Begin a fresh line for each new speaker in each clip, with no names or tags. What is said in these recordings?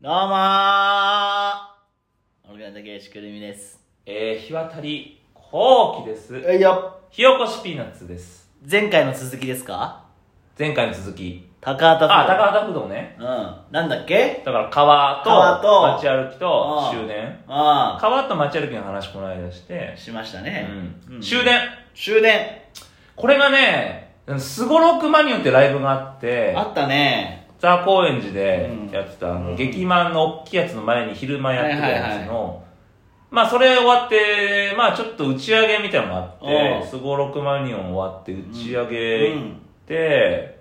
どうもーオルガン竹内くるみです。
えー、日渡り後期です。
いよ
火起こしピーナッツです。
前回の続きですか
前回の続き。
高畑
あ、高畑不動ね。
高うん。なんだっけ
だから川
川と
と街歩きと終電。
あ
川と街歩きの話この間して
あ、、しました
う
ね。うんん。
終電。
終電
これがね、スゴロクマニオンってライブがあって、
あったね。
ザ・高円寺で
うん
やってた、あの
うん
劇満の大きいやつの前に昼間やってたやつの、まあそれ終わって、まあちょっと打ち上げみたいなのがあっ
おう
て、スゴロクマニオン終わって打ち上
う
げ行
ん。
って、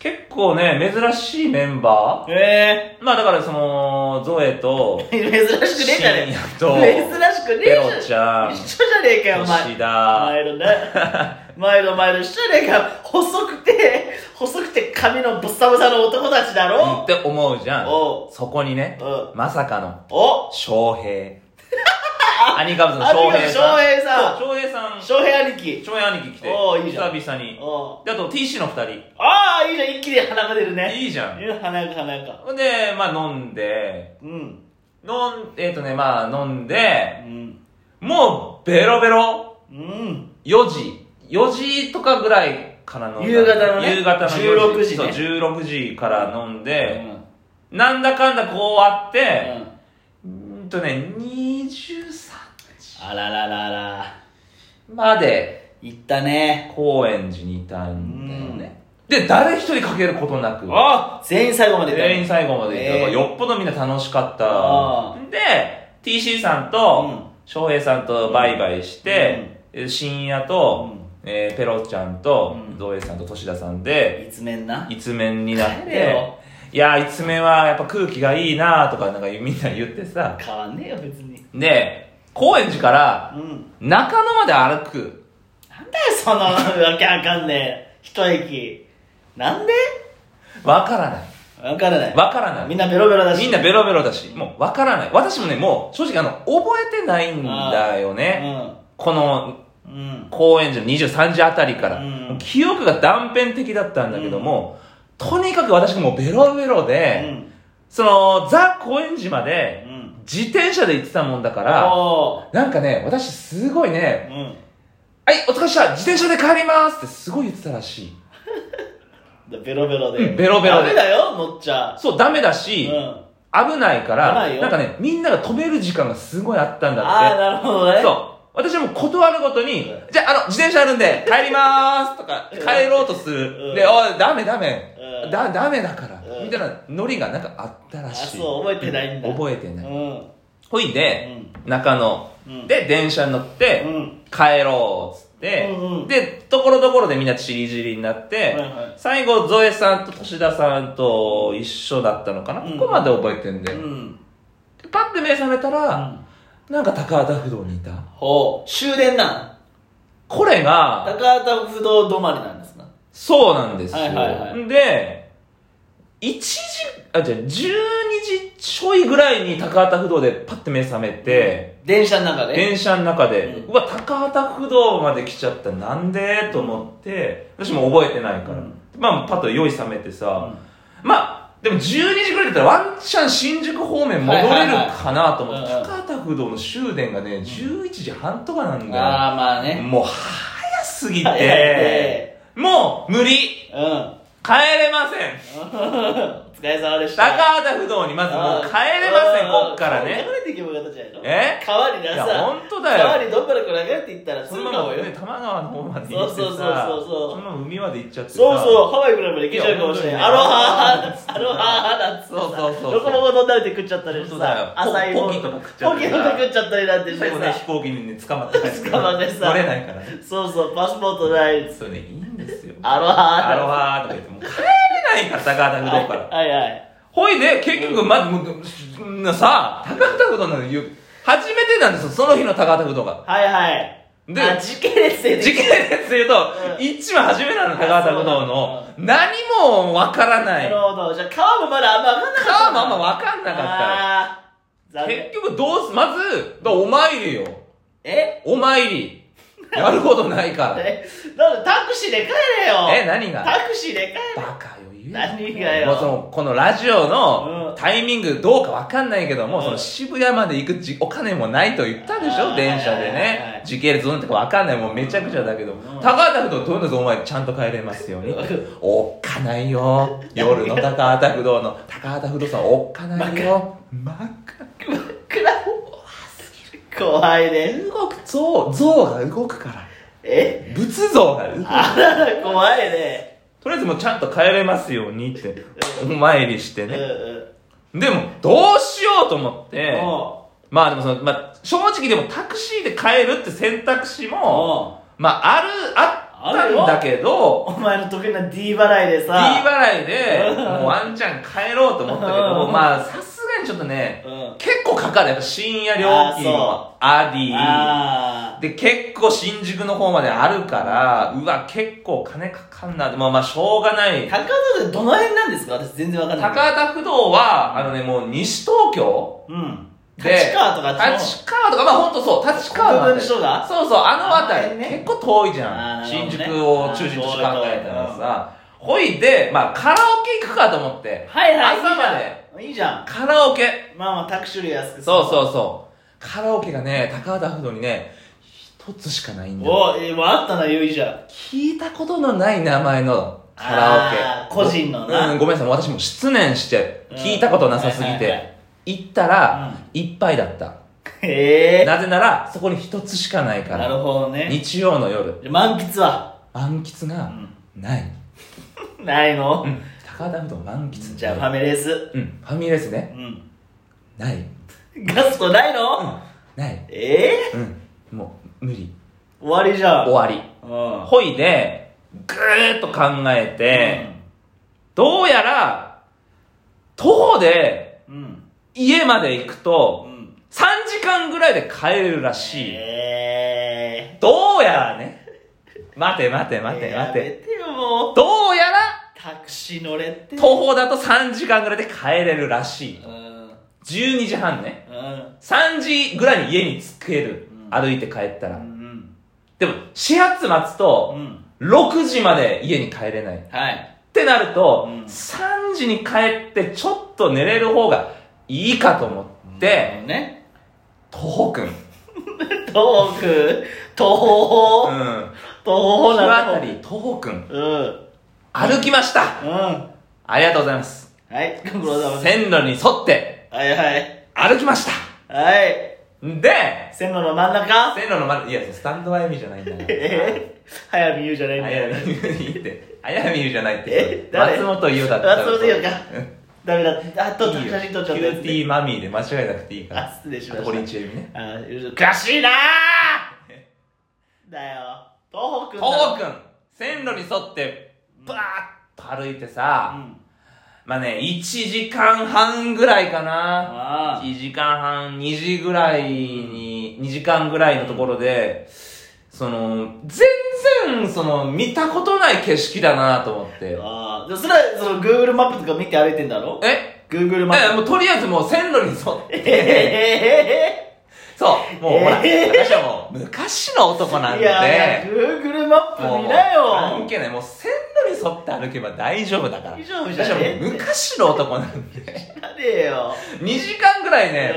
結構ね、珍しいメンバ
え
ーまあだからその、ゾエと、
え珍しくねえじゃね
深夜と
え。珍しくね
ペ
え
ロ
じ
ち
ゃ
ゃん、
一緒じゃねえかよ、お前。
吉田、
毎 度ね。毎度毎度一緒じゃねえかよ。細くて、細くて髪のぶっさぶさの男たちだ
うんっ
ろ
て思うじゃん
お。
そこにね、
うん。
まさかの、
お
翔 平。アニカブズの
あ
翔
りが
平
とう、翔
さん。
平さん。
翔平さん、
翔平兄貴。
翔平兄貴来て、
おーいいじゃん
久々に。
お
で、あと TC の二人。
ああ、いいじゃん、一気に鼻が出るね。
いいじゃん。
うん華やか華やか。
ほんで、まあ飲んで、
うん。
飲ん、えっ、とね、まあ飲ん
う
で、
ん。
もうベロベロ、
うん。
4時、4時とかぐらいから飲んだ
夕方のね
夕方の
16
4
時ね
そう、16時から飲んで、
うん
なんだかんだこうあっ
うん
て、うーんとね、23時
あらららら。
まで
行ったね。
高円寺にいたんだよね。で、誰一人かけることなく。
あ全員最後まで行った。
全員最後まで行ったか
えー
ら、よっぽどみんな楽しか
あ
った。で、TC さん
うん
と、翔平さんとバイバイして、え深夜と、
うん
えーペロちゃんと
うん、
ゾエさんとトシダさんで、
いつめんな。
いつめんになっ
帰れ
て
よ、
いやー、いつめんはやっぱ空気がいいなーとかなんかみんな言ってさ、
変わんねえよ、別に。
で、高円寺から
うん。
中野まで歩く。
なんだよ、その、わけわかんねえ。一息。なんで
わからない。
わからない。
わからない。
みんなベロベロだし。
みんなベロベロだし、もうわからない。私もね、もう正直あの、覚えてないんだよね。この
うん。うん。
高円寺の23時あたりから、
うん
もう記憶が断片的だったんだけども、とにかく私がもうベロベロ
う
で、
ん。
そのザ・高円寺ま
う
で
ん。
自転車で行ってたもんだから、
おー
なんかね、私すごいね、
うん。
はい、お疲れっした、自転車で帰りますってすごい言ってたらしい。
でベロベロで。
うんベロベロ
ダ
で
メだよ、乗っちゃ。
そう、ダメだ
う
し、
ん。
危ないから、
危ないよ
なんかね、みんなが止める時間がすごいあったん
ああ、
だっ
なるほどね。
て。そう。私はもう断るごとに
う、
じゃあ、あの、自転車あるんで、帰りまーすとか、
うん
帰ろうとす
うん
る。で、おい、ダメダメ。
うん
だ、ダメだから
う。ん
みたいなノリがなんかあったら
あ、
しい。
そう、覚えてないんだ。
覚えて
え
ない。
うん。
ほいで、
う
中野。
ん。、
で、電車に乗っ
う
て、
ん。
帰ろうっつって
うんうん、
で、ところどころでみんなちりぢりになっ
はい
て、
は
最後、ゾエさんと年田さんと一緒だったのかな、
うん
ここまで覚えてん
い。
で。
うん。
でパッて目覚めたら、
あ
なんか高畑不動にいた。
ほう。終電なん。
これ
高
が、
畑不動止まりなんですな。
そうなんですよ。
はいはいは
で、1時、あ、じゃあ12時ちょいぐらいに高畑不動でパッて目覚めて、
うん、電車の中で。
電車の中で、
う
うわ、高畑不動まで来ちゃった、なんでと思って、私も覚えてないから。
うん
まあ、パッと用意覚めてさ、
うん
まあ、でも12時ぐらいだったらワンチャン新宿方面戻れるかなと思って、
はいはいはいうんうん
高畑不動の終電がね、11時半とかなんだ
ああ、まあ
よ。
ね。
もう早すぎ
早い
て、
ね
もう無理
うん。お
帰れません
疲れ様でした。
高畑不動にまずもう帰れません、こっからね
流。れていけばよかったじゃないの
え
川にないさ、
や、
川
本当だよ。
にどっからか流れていったら、
そ
そう
の
か
ま
も
ま
よ。
ね多摩川の方まで行ってさ
そうそうそうそうそう
そのまま海まで行っちゃってさ
そうそう、ハワイぐらいまで行けちゃうかもしれない。
いや
アロハー、
本
アロハーなんつってさ
そうそうそう
ロコモコ飲んだりて食っちゃったり
そうだよ
さ、浅い
ポ
もん
ポキとか食っちゃった
ポ
り
キ
さ
とか食っちゃったりなんてして
最後ね飛
さ、
行機にね捕まってさ
捕まってさ
乗れないからね
そうそう、パスポートない。
それねいいんですよ
アロハー。
アロハーとか言ってもう帰れないから高畑不動から
はいはい。
ほいで結局まずもううんさ高畑不動なんて言う初めてなんですよその日の高畑不動が
はいはい。
で
あ、時系列でね。
事件列で言う
う
と
ん
一番初めなの高畑不動の何もわからな
ないるほど。じゃあ、川もまだあんま分かんなかった。
川もあんまわかんなかった
あー残念
結。局どうす、まず、だお参りよ。
え
お参り。やることないから。
え、なんでタクシーで帰れよ。
え、何が
タクシーで帰れ。
バカよ、言言えな
何
い
がよ
もうそのこのラジオ
う
の
ん
タイミングどうかわかんないけども、
うん
その渋谷まで行くじお金もないと言ったでし
は
ょ
い
電車で
はいはい
ね時系列うんとかわかんないもうめちゃくちゃだけど、高畑不動どうだぞお前ちゃんと帰れますように
うん
おっかないよ夜の高畑不動の高畑不動さんおっかないよ真っ赤
真っ 暗怖いね
動く像像が動くから
え
仏像が動く
あらら怖いね
とりあえずもうちゃんと帰れますようにってお参りして
うん
ね
うん
でも、どうしようと思って、
お
まあでもその、まあ、正直でもタクシーで帰るって選択肢
う
も、
おう
まあある、あったんだけど、
お前の得意な D 払いで
D
さ
払いで、
うん
もうワンチャン帰ろうと思ったけ
う
ど、
ん
まあさすがにちょっとね、
うん
結構かかる。やっぱ深夜料金もあり、
あ
で、結構新宿の方まであるから、うわ、結構金かかんなって、まあまあしょうがない
ー。高田ってどの辺なんですか私全然わかんない
高田不動は、あのね、もう西東京
うん
で
立川とかあっちの
立川とか、まあ本当そう、立川のあたり
国分寺とか
そうそう、あの辺り、
あの辺ね
結構遠いじ
あ
ゃん。
ーなるほ
新
ど
宿
ね
を中心として考えたらさ。ほいで、まあカラオケ行くかと思って。
はいはい
朝まで。
いいじゃんいいじ
カラオケ。
ゃんまあまあタクシーより安く
そう
う
そうそう。カラオケがね、高畑不動にね、一つしかないんだよ。
おえもうあったなよいいじゃん
聞いたことのない名前のカラ
あー
オ
個
ケ。
人のな
うん、ごめんなさい、私も失念して、
うん
聞いたことなさすぎ
はいはいは
て。行ったら、いっぱいだった。
へえ
なぜなら、そこに一つしかないから。
なるほどね
日曜の夜
じゃあ満喫は
満喫がない、
ないの
うん高田うどん満喫
じゃあファミレス
うんファミレス
う
ね
ん
ない、うん、
ガストないの
ない
ええ
うんもう無理
終わりじゃん
終わり
うん
ほいでぐーっと考えて、どうやら徒歩で
うん
家まで行く
う
と
ん
3時間ぐらいで帰れるらしい
ええ
どうやらね待て待て待て待
やめ
て
てよもう
どうやら
タクシー乗れって
徒歩だと3時間ぐらいで帰れるらしい
うん
12時半ね
うん
3時ぐらいに家に着ける、
うん
歩いて帰った
う
ら、
ん
でも始発待つ
う
と
ん
6時まで家に帰れないっ
はい
てなると、
うん
3時に帰ってちょっと寝れる方がいいかと思って、
ね
徒歩くん、うん、
東北東方
こ
東方
の
な
辺り徒歩くん
うん
歩きました
うんは
ありがとうございます
いご苦労様です
線路に沿って
はいはい
歩きました
はい
で
線路の真ん中
線路のまいやスタンドアイミじゃないんだから
えー早見優じゃないん
あ
だ
や
よ
みゆいいって。あやみゆじゃないって
え。誰
松本伊代だった。
松本伊代かダメだあ撮っちゃっ
いいよ
た写真撮っちゃっ
キ
たや
ュー
つ
ティーマミーで間違いなくていいから。
あ失礼しました
堀ちえみね。
あー悔しいなーだよ東北
と
だ
うくん、線路に沿って、バーッと歩いてさ、
うん
まあね、1時間半ぐらいかな。
あ
1時間半、2時ぐらいに、2時間ぐらいのところで、その、全然、その、見たことない景色だなと思って
ー。あーでもそれはその Google マップとか見て歩いてんだろ
え
Google マ
え、
ッ
もうとりあえずもう線路に沿っ
プ
て。
え
そう、もうほら、
えー
私はもう昔の男なん
ー、い
で、
やいや Google マッ
も
プ
う
見な
関
よ
係ない、もう線路に沿って歩けば大丈夫だから。
大丈夫じ
私
ゃ
は
ね
もう昔の男なんで、
知らねえよ、
2時間ぐらい
うん
ね、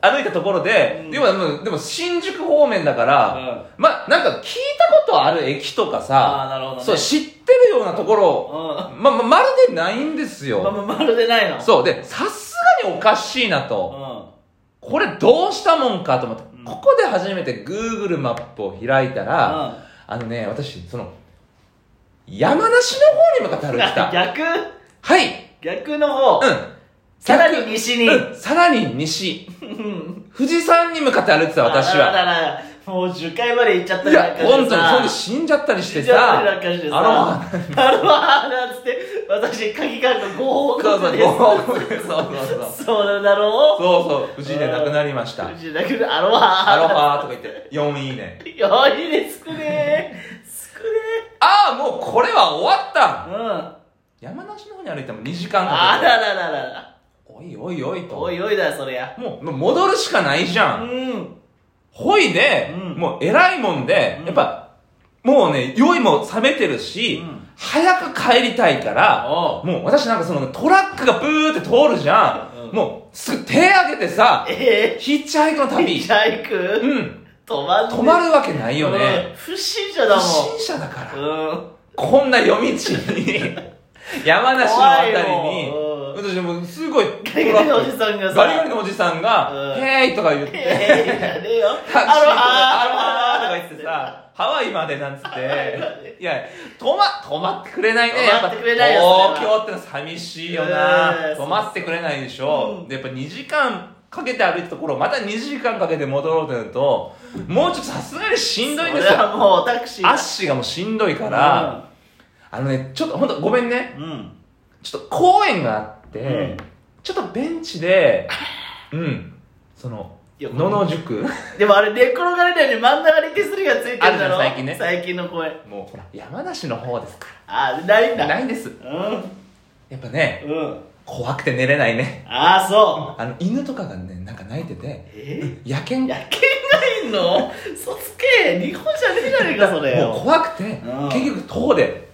歩いたところで
う、ん
でももう、でも新宿方面だから、
あ
まあ、なんか聞いたことある駅とか
あ
さ、
ーなるほどね
そう、知ってるようなところ、
う
ま、ま、まるでないんです
んま
よ。
ままるでないの
そう、で、さすがにおかしいなと。
う
これどうしたもんかと思って、
うん
ここで初めて Google マップを開いたら、
ん
あのね、私、その、山梨の方に向かって歩いて
うん
た。
逆
はい。
逆の方、
うん。
さらに西に、
うん。さらに西。
うん
富士山に向かって歩いてた、私
あら
は。
ららもう10回まで行っちゃった
い
りなん
や
か、してさ
本当に、そんで死んじゃったりして
じゃあ
さ、
俺らからしてさ
アロハ
アロハなんつって私鍵かくご報
そうそ
告
う、
です
そうそうそう。
そうなんだろう
そうそう、無事で亡くなりました。
うちだけどアロハ
アロハーとか言って、4いいね。
よいですくねーすくね
ああ、もうこれは終わった
ーうん
山梨の方に歩いても2時間
あ
かかる。
ららららら
おいおいおいと。
おいおいだよそりゃ
もう、もう戻るしかないじゃ。
うんん
ほいで、
うん
もう偉いもんで、
うん
やっぱ、もうね、酔いも冷めてるし、
うん
早く帰りたいから、
おう
もう私なんかそのトラックがブーって通るじゃん。
うん
もうすぐ手挙げてさ、
え
ヒッチハイクの
ー、
旅、
じゃあ行く、
うん、
止まんね
止まるわけないよ
う
ね。
ん不審者だもん
不審者だから。
うん
こんな夜道 に、山梨のあたりに、
怖
私もうすごい、
ガリガリのおじさんがさ
ガリガリのおじさんが、
うん
ヘーイとか言っ
えー
て、
じゃねえよ
タクシーとか
アロ
アロ
ハ
ハーとか言ってさ、ハワイまでなんつっ
イま
て、いや、止ま、止まってくれないね。
止まってくれないよ
やっぱ
それは
東京ってのは寂しいよな
え。ー
止まってくれないでしょ
う。ん
で、やっぱ2時間かけて歩いたところをまた2時間かけて戻ろうとなると、もうちょっとさすがにしんどいんです
それ
よ。
はもうタクシー
アッシーがもうしんどいから、あのね、ちょっとほんとごめんね。
うんうん
ちょっと公園があって、
うん
ちょっとベン チで、うん、その、
いや
野々塾。
でもあれ寝転がれないように真ん中に手すりがついてるだろ
あるじゃん最近ね
最近の声
もうほら、山梨の方ですか
あないん
ら。
だ
ないんです。
う
やっぱね、
んうん
怖くて寝れないね。
ああそ
あの、犬とかがね、なんか泣いてて
う、え
野犬
ー、野犬がいんのそつけ日本じゃねえじゃねえかそれ
もう怖くて
うん、
結局徒歩で、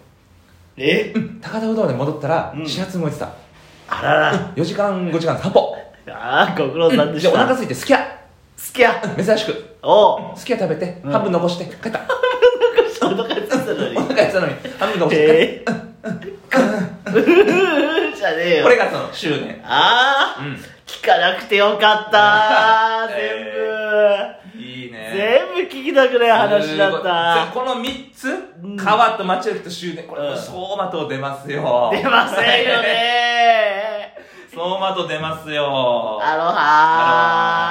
え
うん高田うどんで戻ったら
う、ん
始発動いてた。
あらら
4時間、5時間散歩。
ああご苦労さんで
で、
し
お
た
腹
好
空いてすき家。
きや
うん珍しく、
お う
すき家食べて、
うん
半分残して帰 った。
お腹ついてたのに
お腹空いてたのに、半 分残して帰った。
えー、じゃねえよ
これがその執念。
ああ、
うん。
聞かなくてよかった 全部、
いいね。
全部聞きたくない話だった
すごいこの3
うん
つ、川と町歩きと終電、これ、
うん
走馬灯出ますよ。
出ま せんよ。ね
走馬灯出ますよ。
アロ
アロ
ハー